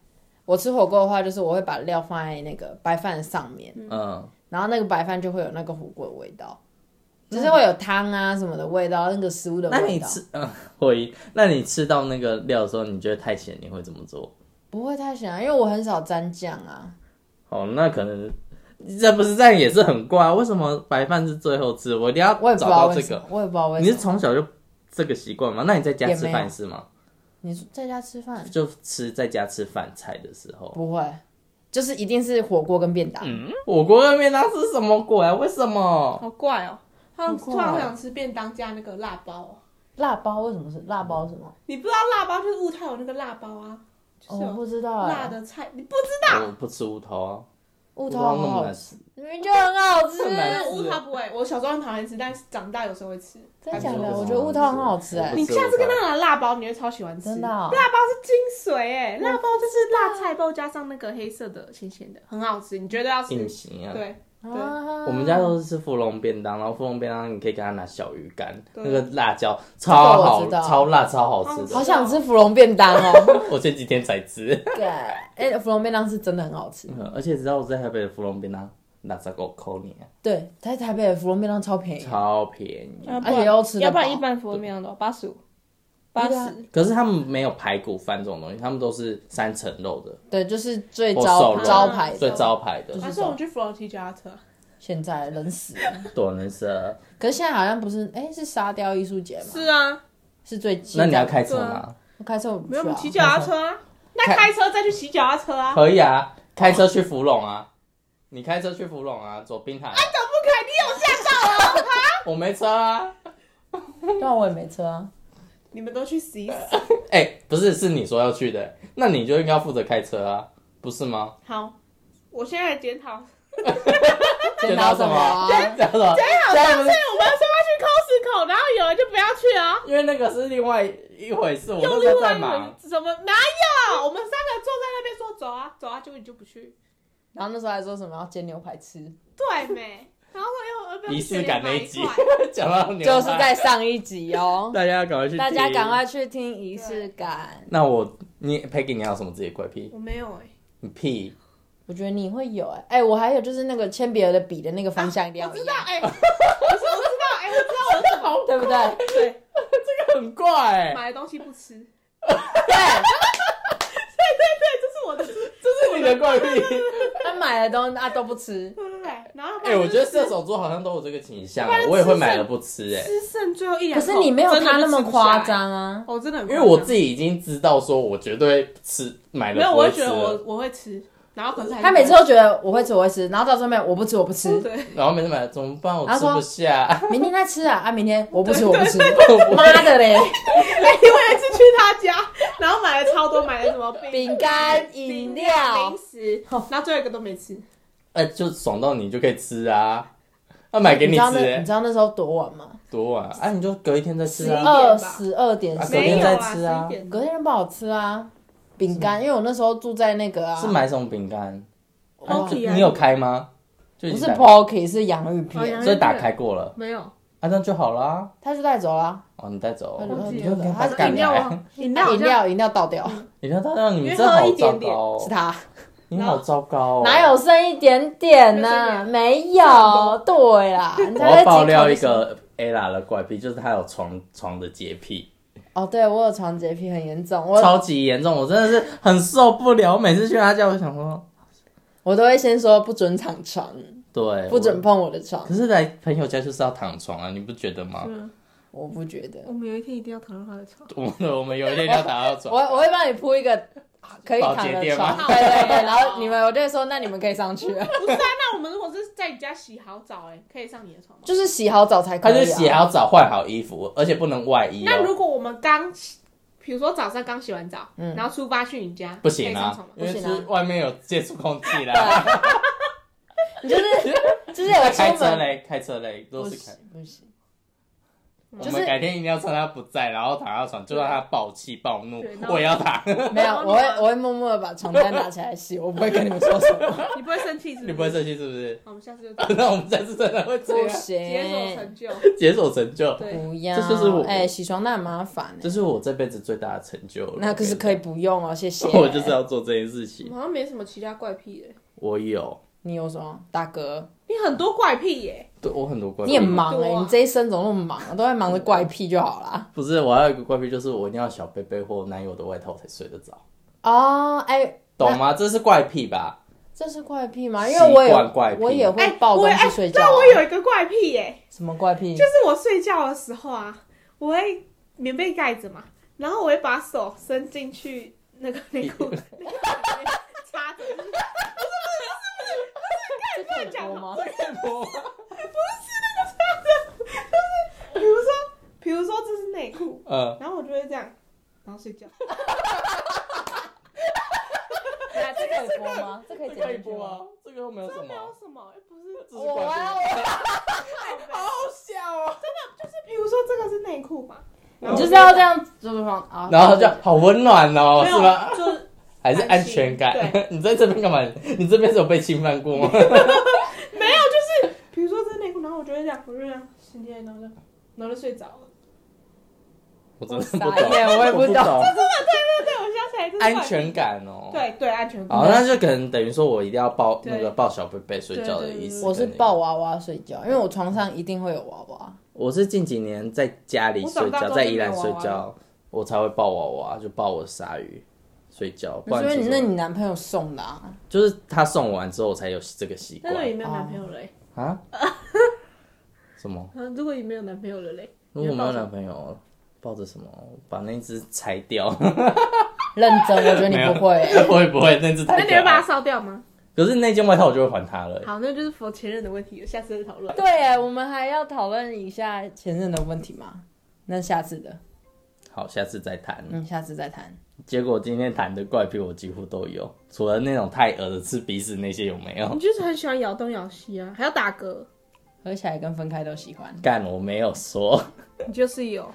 [SPEAKER 3] 我吃火锅的话，就是我会把料放在那个白饭的上面，
[SPEAKER 1] 嗯，
[SPEAKER 3] 然后那个白饭就会有那个火锅的味道，就是会有汤啊什么的味道，那个食物的
[SPEAKER 1] 那
[SPEAKER 3] 味
[SPEAKER 1] 你
[SPEAKER 3] 道。
[SPEAKER 1] 吃，嗯，会，那你吃到那个料的时候，你觉得太咸，你会怎么做？
[SPEAKER 3] 不会太咸啊，因为我很少沾酱啊。
[SPEAKER 1] 哦，那可能这不是这样也是很怪啊，为什么白饭是最后吃？我一定要
[SPEAKER 3] 我也不知
[SPEAKER 1] 找
[SPEAKER 3] 道
[SPEAKER 1] 到
[SPEAKER 3] 为
[SPEAKER 1] 这
[SPEAKER 3] 什么
[SPEAKER 1] 个。，
[SPEAKER 3] 我也不知道为
[SPEAKER 1] 你
[SPEAKER 3] 什
[SPEAKER 1] 是
[SPEAKER 3] 么。
[SPEAKER 1] 从小就这个习惯吗？那你在家
[SPEAKER 3] 也
[SPEAKER 1] 吃
[SPEAKER 3] 没有
[SPEAKER 1] 饭是吗？
[SPEAKER 3] 你是在家吃饭
[SPEAKER 1] 就吃在家吃饭菜的时候，
[SPEAKER 3] 不会，就是一定是火锅跟便当。
[SPEAKER 1] 火锅跟面它是什么鬼啊？为什么？
[SPEAKER 2] 好怪哦、他们
[SPEAKER 3] 好怪
[SPEAKER 2] 突然好想吃便当加那个辣包、哦。
[SPEAKER 3] 辣包为什么是辣包？什么？
[SPEAKER 2] 你不知道辣包就是雾泰有那个辣包啊，就
[SPEAKER 3] 哦，
[SPEAKER 2] 是
[SPEAKER 3] 我
[SPEAKER 2] 有
[SPEAKER 3] 不知道啊。
[SPEAKER 2] 辣的菜，你不知道。
[SPEAKER 1] 我不吃乌头啊，
[SPEAKER 3] 雾
[SPEAKER 1] 乌
[SPEAKER 3] 头
[SPEAKER 1] 头
[SPEAKER 3] 好
[SPEAKER 1] 那么
[SPEAKER 3] 好
[SPEAKER 1] 难
[SPEAKER 3] 吃，
[SPEAKER 1] 吃，
[SPEAKER 3] 明明就很好吃。
[SPEAKER 1] 很难
[SPEAKER 2] 那
[SPEAKER 1] 吃
[SPEAKER 2] 嗯乌塔不会，我小时候很讨厌吃，但是长大有时候会吃。
[SPEAKER 3] 真假
[SPEAKER 1] 还不
[SPEAKER 3] 的？
[SPEAKER 1] 错
[SPEAKER 3] 我觉得雾头很好吃哎、
[SPEAKER 1] 我不
[SPEAKER 2] 你
[SPEAKER 1] 吃
[SPEAKER 2] 下次跟
[SPEAKER 1] 乌头
[SPEAKER 2] 他拿辣包，你会超喜欢吃。
[SPEAKER 3] 真的哦
[SPEAKER 2] 辣包是精髓哎，辣包就是辣菜包加上那个黑色的咸咸的，很好吃。你绝对要吃。
[SPEAKER 1] 隐形啊。
[SPEAKER 2] 对，对
[SPEAKER 3] 啊
[SPEAKER 1] 我们家都是吃芙蓉便当，然后芙蓉便当你可以给它拿小鱼干，
[SPEAKER 2] 对
[SPEAKER 1] 那个辣椒超
[SPEAKER 3] 这个我
[SPEAKER 1] 好
[SPEAKER 3] 知，道
[SPEAKER 1] 超辣，超好吃
[SPEAKER 2] 好
[SPEAKER 1] 的。
[SPEAKER 3] 好想吃芙蓉便当哦。
[SPEAKER 1] 我前几天才吃，
[SPEAKER 3] 对， 哎，芙蓉便当是真的很好吃。
[SPEAKER 1] 嗯而且知道我在台北的芙蓉便当六十五块呢，
[SPEAKER 3] 对，在台北的芙蓉便当超便宜，
[SPEAKER 1] 啊超便宜。
[SPEAKER 2] 而
[SPEAKER 3] 而且又吃得
[SPEAKER 2] 要不然
[SPEAKER 3] 饱
[SPEAKER 2] 一般服务面量多少？八十五，八
[SPEAKER 3] 对啊
[SPEAKER 2] 十。
[SPEAKER 1] 可是他们没有排骨饭这种东西，他们都是三层肉的，
[SPEAKER 3] 对，就是最
[SPEAKER 1] 或瘦
[SPEAKER 3] 招
[SPEAKER 1] 肉
[SPEAKER 3] 招牌
[SPEAKER 1] 最
[SPEAKER 3] 的。
[SPEAKER 1] 招牌的
[SPEAKER 2] 还是我们去芙蓉骑脚踏车啊？
[SPEAKER 3] 现在冷死了，
[SPEAKER 1] 短人蛇。
[SPEAKER 3] 可是现在好像不是，哎，是沙雕艺术节吗？
[SPEAKER 2] 是啊，
[SPEAKER 3] 是最近
[SPEAKER 1] 那你要
[SPEAKER 3] 的
[SPEAKER 1] 开车
[SPEAKER 2] 对
[SPEAKER 1] 吗
[SPEAKER 2] 啊？
[SPEAKER 3] 我开车我不
[SPEAKER 2] 没有我们骑
[SPEAKER 3] 去啊。
[SPEAKER 2] 脚踏车啊。那
[SPEAKER 1] 开
[SPEAKER 2] 开车再去骑脚踏车啊？
[SPEAKER 1] 可以啊，开车去芙蓉啊，你开车去芙蓉啊，走滨海。
[SPEAKER 2] 怎么可以？你有驾照啊？
[SPEAKER 1] 我没车啊。
[SPEAKER 3] 对啊，我也没车啊。
[SPEAKER 2] 你们都去死一死。
[SPEAKER 1] 哎、不是，是你说要去的，那你就应该要负责开车啊，不是吗？
[SPEAKER 2] 好，我现在来检讨。
[SPEAKER 3] 捡到什么啊
[SPEAKER 1] 捡到什么？
[SPEAKER 2] 好，
[SPEAKER 1] 现
[SPEAKER 2] 上
[SPEAKER 1] 在
[SPEAKER 2] 次我
[SPEAKER 1] 不
[SPEAKER 2] 们
[SPEAKER 1] 是
[SPEAKER 2] 说要去 Costco，然后有人就不要去啊。
[SPEAKER 1] 因为那个是另外一回事，我
[SPEAKER 2] 又
[SPEAKER 1] 那时
[SPEAKER 2] 另
[SPEAKER 1] 候
[SPEAKER 2] 外
[SPEAKER 1] 在
[SPEAKER 2] 一
[SPEAKER 1] 忙。
[SPEAKER 2] 回怎么哪有？我们三个坐在那边说走啊走啊，结果你就不去。
[SPEAKER 3] 然后那时候还说什么要煎牛排 吃，
[SPEAKER 2] 对没？然后说又又不要
[SPEAKER 1] 仪式感那 一集
[SPEAKER 2] 买一块
[SPEAKER 1] 讲到牛啊排
[SPEAKER 3] 就是在上一集 哦。
[SPEAKER 1] 大家要赶快去，
[SPEAKER 3] 大家赶。快去听仪式感，
[SPEAKER 1] 那我你 Peggy，你还有什么自己的怪癖？
[SPEAKER 2] 我没有
[SPEAKER 3] 欸
[SPEAKER 2] 哎、
[SPEAKER 1] 你屁！
[SPEAKER 3] 我觉得你会有哎、哎、我还有就是那个铅笔盒的笔的那个方向一定要
[SPEAKER 2] 我
[SPEAKER 3] 一
[SPEAKER 2] 知道
[SPEAKER 3] 样，
[SPEAKER 2] 哎、我是我知道哎、我知道我哦是什么
[SPEAKER 3] 对不对？
[SPEAKER 2] 对，
[SPEAKER 1] 很怪、欸，
[SPEAKER 2] 买的东西不吃。对
[SPEAKER 3] 对，
[SPEAKER 2] 对对，这是我的，这
[SPEAKER 1] 是你的怪癖。
[SPEAKER 3] 他买的东西啊都不 吃，
[SPEAKER 2] 对对对。然后
[SPEAKER 1] 哎、我觉得射手座好像都有这个倾向、啊
[SPEAKER 3] 啊
[SPEAKER 1] 我也会买了不吃、哎，
[SPEAKER 2] 吃剩最后一两
[SPEAKER 3] 可
[SPEAKER 2] 口，
[SPEAKER 3] 是你没有
[SPEAKER 2] 真的
[SPEAKER 3] 他那么
[SPEAKER 2] 吃不下来哦
[SPEAKER 3] 夸，张啊。
[SPEAKER 2] 我真的很
[SPEAKER 1] 因
[SPEAKER 2] 夸
[SPEAKER 1] 为
[SPEAKER 2] 张
[SPEAKER 1] 我自己已经知道，说我绝对吃买了
[SPEAKER 2] 没有，
[SPEAKER 1] 不
[SPEAKER 2] 我
[SPEAKER 1] 会
[SPEAKER 2] 会
[SPEAKER 1] 吃
[SPEAKER 2] 觉得
[SPEAKER 1] 了，
[SPEAKER 2] 我我会吃，然后可是还是
[SPEAKER 3] 他每次都觉得我会吃，我会吃，然后到最后面我不吃，我不吃，
[SPEAKER 2] 哦对，
[SPEAKER 1] 然后每次买了怎么办？我
[SPEAKER 3] 他
[SPEAKER 1] 吃
[SPEAKER 3] 说
[SPEAKER 1] 不下，
[SPEAKER 3] 明天再吃啊啊，明天我不吃，我不吃，
[SPEAKER 1] 我
[SPEAKER 3] 妈的嘞！
[SPEAKER 2] 哎，我有一次去他家， 然后买了超多，买 了什么
[SPEAKER 3] 饼干、饮料
[SPEAKER 2] 零，食，然后最后一个都没吃。
[SPEAKER 1] 哎，就爽到你就可以吃啊，他买给
[SPEAKER 3] 你知
[SPEAKER 1] 吃、
[SPEAKER 3] 道那你
[SPEAKER 1] 哎
[SPEAKER 3] 知道那时候多晚吗？
[SPEAKER 1] 多晚啊？你就隔一天再吃
[SPEAKER 2] 11
[SPEAKER 1] 啊。
[SPEAKER 3] 二
[SPEAKER 2] 点吧
[SPEAKER 3] 十二点
[SPEAKER 1] 啊
[SPEAKER 3] 十
[SPEAKER 1] 隔
[SPEAKER 2] 没
[SPEAKER 1] 天
[SPEAKER 2] 有
[SPEAKER 1] 再
[SPEAKER 2] 啊，
[SPEAKER 1] 吃啊
[SPEAKER 2] 11点
[SPEAKER 3] 隔天就不好吃啊，饼
[SPEAKER 2] 嗯
[SPEAKER 3] 干，因为我那时候住在那个啊，
[SPEAKER 1] 是买什么饼干？啊
[SPEAKER 3] 哦
[SPEAKER 1] 就
[SPEAKER 2] 对啊
[SPEAKER 1] 你有开吗？就已
[SPEAKER 3] 不
[SPEAKER 1] 经
[SPEAKER 3] 是
[SPEAKER 1] 打
[SPEAKER 3] Pocky 是洋芋
[SPEAKER 2] 哦洋
[SPEAKER 3] 片
[SPEAKER 2] 芋，
[SPEAKER 1] 所以打开过了，
[SPEAKER 2] 没有
[SPEAKER 1] 啊，那就好啦。
[SPEAKER 3] 他就带走了，啊
[SPEAKER 1] 哦，你带走
[SPEAKER 3] 他，
[SPEAKER 2] 忘
[SPEAKER 3] 就
[SPEAKER 2] 记
[SPEAKER 1] 你
[SPEAKER 2] 了
[SPEAKER 1] 就给
[SPEAKER 3] 他
[SPEAKER 1] 他
[SPEAKER 3] 是
[SPEAKER 1] 干
[SPEAKER 2] 饮料
[SPEAKER 1] 来。
[SPEAKER 2] 啊，饮料
[SPEAKER 3] 他
[SPEAKER 2] 好
[SPEAKER 3] 饮
[SPEAKER 2] 像
[SPEAKER 3] 料饮料倒掉，
[SPEAKER 1] 你看他让你们
[SPEAKER 2] 约
[SPEAKER 1] 真
[SPEAKER 2] 喝
[SPEAKER 1] 好
[SPEAKER 2] 一点
[SPEAKER 1] 糟糕
[SPEAKER 2] 点
[SPEAKER 1] 哦
[SPEAKER 3] 是，他。
[SPEAKER 1] 你好糟糕哦。
[SPEAKER 3] 哪有剩一点点呢、没有，对 啦，你
[SPEAKER 1] 我
[SPEAKER 3] 才
[SPEAKER 1] 要
[SPEAKER 3] 在
[SPEAKER 1] 爆料一
[SPEAKER 3] 几口就
[SPEAKER 1] 个 Ella 的怪癖，就是她有床床的洁癖。
[SPEAKER 3] 哦，对我有床洁癖很严重，我
[SPEAKER 1] 超级严重，我真的是很受不了。我每次去他家，我想说，
[SPEAKER 3] 我都会先说不准躺床，
[SPEAKER 1] 对，
[SPEAKER 3] 不准
[SPEAKER 1] 我。
[SPEAKER 3] 碰我的床
[SPEAKER 1] 可，是来朋友家就是要躺床啊，你不觉得吗？
[SPEAKER 2] 嗯，
[SPEAKER 3] 我不觉得，
[SPEAKER 2] 我们有一天一定要讨论他的床。
[SPEAKER 1] 我们我们有一天要躺到
[SPEAKER 3] 我
[SPEAKER 1] 床，
[SPEAKER 3] 我会帮你铺一个可以躺
[SPEAKER 1] 保洁
[SPEAKER 3] 的
[SPEAKER 1] 垫吗
[SPEAKER 3] 床，对对对，然后你们我就会说，那你们可以上去，
[SPEAKER 2] 不是啊，那我们如果是在你家洗好澡，哎，可以上你的床吗？
[SPEAKER 3] 就是洗好澡才可
[SPEAKER 1] 他
[SPEAKER 3] 以、啊，
[SPEAKER 1] 就洗好澡，换好衣服，而且不能外衣
[SPEAKER 2] 那如
[SPEAKER 1] 哦。
[SPEAKER 2] 果我们刚洗比如说早上刚洗完澡，
[SPEAKER 3] 嗯
[SPEAKER 2] 然后出发去你家，
[SPEAKER 1] 不行
[SPEAKER 2] 可以上床
[SPEAKER 1] 啊
[SPEAKER 2] 吗，
[SPEAKER 1] 因为
[SPEAKER 3] 不行
[SPEAKER 1] 是
[SPEAKER 3] 啊
[SPEAKER 1] 外面有接触空气啦，
[SPEAKER 3] 你就是就是有
[SPEAKER 1] 开
[SPEAKER 3] 出
[SPEAKER 1] 车
[SPEAKER 3] 门，
[SPEAKER 1] 嘞，开车嘞，都
[SPEAKER 3] 不
[SPEAKER 1] 是开
[SPEAKER 3] 行。不行，
[SPEAKER 1] 我
[SPEAKER 3] 就是
[SPEAKER 1] 们改天一定要趁他不在，然后躺他床，就让他暴气暴怒
[SPEAKER 2] 对，那我
[SPEAKER 1] 我也要打。
[SPEAKER 3] 没有，我会我会默默的把床单拿起来洗，我不会跟你们说什么。
[SPEAKER 2] 你不会生气是？
[SPEAKER 1] 你不会？生气是不是？
[SPEAKER 2] 好，我们下次 就这样
[SPEAKER 1] 那我们下次真的会这
[SPEAKER 3] 不
[SPEAKER 1] 样，
[SPEAKER 2] 解锁
[SPEAKER 3] 行
[SPEAKER 2] 成，就。
[SPEAKER 1] 解锁成就，
[SPEAKER 2] 对，
[SPEAKER 3] 不要，
[SPEAKER 1] 这就是我
[SPEAKER 3] 哎，洗床单很麻烦
[SPEAKER 1] 这
[SPEAKER 3] 欸，
[SPEAKER 1] 是我这辈子最大的成就了。
[SPEAKER 3] 那可是可以不用哦，谢谢。
[SPEAKER 1] 我就是要做这件事
[SPEAKER 2] 我
[SPEAKER 1] 情。
[SPEAKER 2] 好像没什么其他怪癖耶，
[SPEAKER 1] 我有，
[SPEAKER 3] 你有什么打嗝？
[SPEAKER 2] 你很多怪癖耶，
[SPEAKER 1] 对我很多怪癖。
[SPEAKER 3] 你很忙
[SPEAKER 2] 很
[SPEAKER 3] 哎，
[SPEAKER 2] 多啊
[SPEAKER 3] 你这一生怎么那么忙啊？都在忙着怪癖就好 啦。
[SPEAKER 1] 不是，我还有一个怪癖，就是我一定要小被被或男友的外套我才睡得着，
[SPEAKER 3] 哦，哎，
[SPEAKER 1] 懂吗？这是怪癖吧？
[SPEAKER 3] 这是怪癖吗？因为我
[SPEAKER 1] 习惯
[SPEAKER 3] 也
[SPEAKER 1] 怪癖
[SPEAKER 3] 我也会
[SPEAKER 2] 哎，
[SPEAKER 3] 抱
[SPEAKER 2] 我
[SPEAKER 3] 东
[SPEAKER 2] 也
[SPEAKER 3] 西
[SPEAKER 2] 哎，
[SPEAKER 3] 睡觉
[SPEAKER 2] 对，
[SPEAKER 3] 啊。
[SPEAKER 2] 我有一个怪癖耶，
[SPEAKER 3] 什么怪癖？
[SPEAKER 2] 就是我睡觉的时候啊，我会棉被盖着嘛，然后我会把手伸进去那个内裤内裤里面插着，就是
[SPEAKER 3] 这可以播吗？
[SPEAKER 2] 比如说，比如说这是内裤，
[SPEAKER 1] 嗯，
[SPEAKER 2] 然后我就会这样，然后睡觉。
[SPEAKER 3] 这可以播 吗？哎这可以
[SPEAKER 1] 这可以播啊？，这个又没有什
[SPEAKER 2] 没有
[SPEAKER 1] 么，
[SPEAKER 2] 什么，又不是
[SPEAKER 1] 这是
[SPEAKER 3] 我
[SPEAKER 1] 怪
[SPEAKER 3] 啊，
[SPEAKER 1] 癖。
[SPEAKER 3] 我
[SPEAKER 2] 好
[SPEAKER 3] 笑哦。
[SPEAKER 2] 就是比如说这个是内裤嘛，然
[SPEAKER 3] 你
[SPEAKER 2] 后
[SPEAKER 3] 就是要这样就是放啊，
[SPEAKER 1] 然后就好温暖哦，
[SPEAKER 2] 没
[SPEAKER 1] 是
[SPEAKER 2] 有
[SPEAKER 1] 吗？
[SPEAKER 2] 就是
[SPEAKER 1] 还是安全感
[SPEAKER 2] 安心？
[SPEAKER 1] 你在这边干嘛？你这边是有被侵犯过吗？
[SPEAKER 2] 没有，就是比如说这是内裤，然后我就会这样，我就这样伸进来，然后就然后就睡着了。
[SPEAKER 1] 我真的不
[SPEAKER 3] 傻眼
[SPEAKER 1] 懂，
[SPEAKER 3] 我也不懂
[SPEAKER 1] 懂
[SPEAKER 2] 对，我想起来这是
[SPEAKER 1] 安
[SPEAKER 2] 怪癖
[SPEAKER 1] 全，感哦。。
[SPEAKER 2] 对对，安全
[SPEAKER 3] 嗯
[SPEAKER 2] 感。
[SPEAKER 1] 好，那就可能等于说我一定要抱
[SPEAKER 2] 对
[SPEAKER 1] 那个抱小贝贝睡觉的意思。
[SPEAKER 3] 我是抱，娃娃睡觉，因为我床上一定会有娃娃。
[SPEAKER 1] 我是近几年在家里睡
[SPEAKER 2] 我长大之
[SPEAKER 1] 觉，
[SPEAKER 2] 后
[SPEAKER 1] 在宜兰
[SPEAKER 2] 就没
[SPEAKER 1] 睡
[SPEAKER 2] 有娃娃
[SPEAKER 1] 觉，我才会抱娃娃，就抱我的鲨鱼睡觉。不
[SPEAKER 3] 那是
[SPEAKER 1] 然
[SPEAKER 3] 因
[SPEAKER 1] 其
[SPEAKER 3] 为
[SPEAKER 1] 实
[SPEAKER 3] 那
[SPEAKER 1] 我
[SPEAKER 3] 你男朋友送的啊？
[SPEAKER 1] 就是他送完之后，我才有这个习
[SPEAKER 2] 那如果你
[SPEAKER 1] 惯
[SPEAKER 2] 没有男朋友了嘞，
[SPEAKER 1] 啊？什么？
[SPEAKER 2] 啊如果你没有男朋友了嘞，
[SPEAKER 1] 如果
[SPEAKER 2] 你会抱
[SPEAKER 1] 没有
[SPEAKER 2] 什么
[SPEAKER 1] 男朋友，抱着什么？把那只拆掉？
[SPEAKER 3] 认真，我觉得你
[SPEAKER 1] 没有
[SPEAKER 3] 不会。欸
[SPEAKER 1] 我也不会，那只太
[SPEAKER 2] 那
[SPEAKER 1] 屌
[SPEAKER 2] 你会把它
[SPEAKER 1] 了。
[SPEAKER 2] 烧掉吗？
[SPEAKER 1] 可是那件外套我就会还他了。
[SPEAKER 2] 好，那就是佛前任的问题了，下次再讨论。
[SPEAKER 3] 对耶，我们还要讨论一下前任的问题吗？那下次的，
[SPEAKER 1] 好，下次再谈。
[SPEAKER 3] 嗯，下次再谈。
[SPEAKER 1] 结果今天谈的怪癖我几乎都有，除了那种太恶的吃鼻屎那些有没有
[SPEAKER 2] 你？就是很喜欢摇东摇西啊，还要打嗝，
[SPEAKER 3] 合起来跟分开都喜欢，
[SPEAKER 1] 干，我没有说，
[SPEAKER 2] 你就是有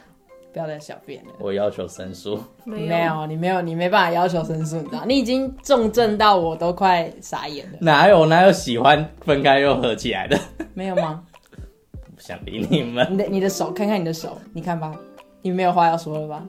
[SPEAKER 3] 不要再小便了。
[SPEAKER 1] 我要求申诉。
[SPEAKER 2] 没
[SPEAKER 3] 没有，你没有，你没办法要求申诉，你知道？你已经重症到我都快傻眼了，
[SPEAKER 1] 哪有哪有喜欢分开又合起来的？
[SPEAKER 3] 没有吗？
[SPEAKER 1] 不想理你们。
[SPEAKER 3] 你的你的手，看看你的手，你看吧，你没有话要说了吧？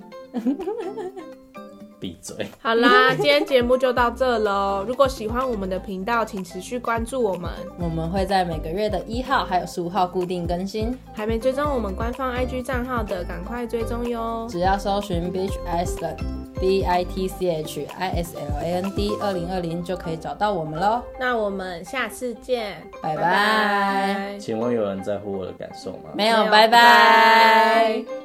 [SPEAKER 1] 闭嘴。
[SPEAKER 2] 好啦， 今天节目就到这喽。如果喜欢我们的频道，请持续关注我们。
[SPEAKER 3] 我们会在每个月的一号还有十五号固定更新，
[SPEAKER 2] 还没追踪我们官方 IG 账号的，赶快追踪哟。
[SPEAKER 3] 只要搜寻 Beach Iceland B I T C H I S L A N D 二零二零就可以找到我们喽。
[SPEAKER 2] 那我们下次见，
[SPEAKER 3] 拜拜
[SPEAKER 1] 请问有人在乎我的感受吗？
[SPEAKER 3] 没有，
[SPEAKER 2] 没有
[SPEAKER 3] 拜
[SPEAKER 2] 拜
[SPEAKER 3] 拜
[SPEAKER 2] 拜